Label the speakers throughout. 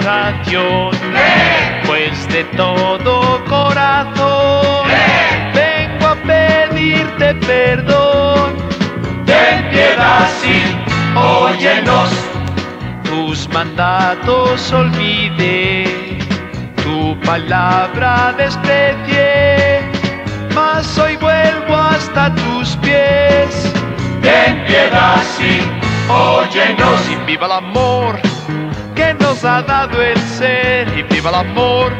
Speaker 1: Nación, pues de todo corazón vengo a pedirte perdón.
Speaker 2: Ten piedad, sí, óyenos.
Speaker 1: Tus mandatos olvidé, tu palabra desprecié, mas hoy vuelvo hasta tus pies.
Speaker 2: Ten piedad, sí, óyenos.
Speaker 1: Y viva el amor que nos ha dado el ser y viva el amor,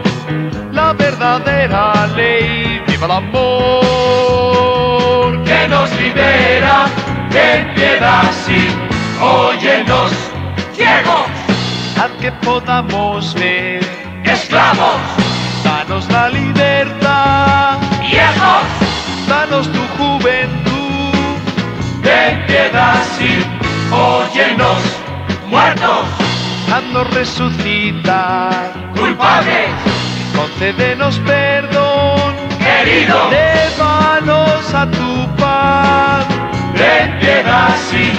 Speaker 1: la verdadera ley, viva el amor.
Speaker 2: Que nos libera, ten piedad, sí, óyenos. Ciegos,
Speaker 1: Haz que podamos ver,
Speaker 2: esclavos,
Speaker 1: danos la libertad,
Speaker 2: viejos,
Speaker 1: danos tu juventud.
Speaker 2: ten piedad, sí, óyenos. Muertos,
Speaker 1: Haznos resucitar,
Speaker 2: culpables,
Speaker 1: concédenos perdón,
Speaker 2: heridos.
Speaker 1: llévanos a tu paz.
Speaker 2: Ten piedad, sí,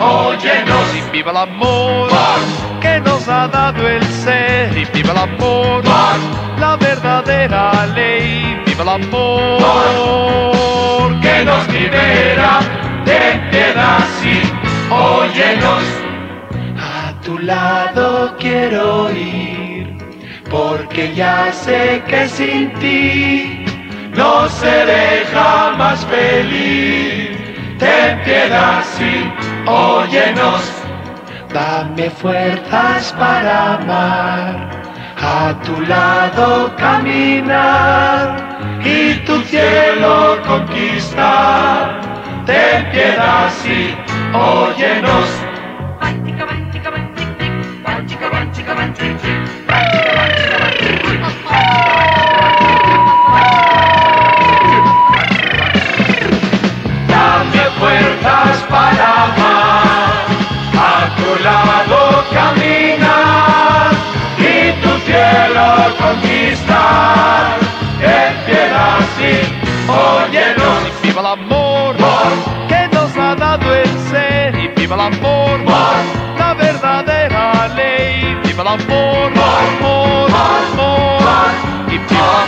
Speaker 2: óyenos.
Speaker 1: Y viva el amor
Speaker 2: Por.
Speaker 1: que nos ha dado el ser. Y viva el amor,
Speaker 2: Por.
Speaker 1: la verdadera ley. Viva el amor
Speaker 2: que nos libera. Ten piedad, sí, óyenos.
Speaker 1: A tu lado quiero ir, porque ya sé que sin ti
Speaker 2: No seré jamás feliz. Ten piedad, sí, óyenos.
Speaker 1: dame fuerzas para amar. A tu lado caminar
Speaker 2: Y tu cielo conquistar. Ten piedad, sí, óyenos. Dame fuerzas para amar, a tu lado caminar y tu cielo conquistar. Ten piedad, sí, óyenos.
Speaker 1: Y viva el amor
Speaker 2: Por,
Speaker 1: que nos ha dado el ser. Y viva el amor,
Speaker 2: Por.
Speaker 1: la verdadera ley. Viva el amor,
Speaker 2: Por.
Speaker 1: amor, amor. Y viva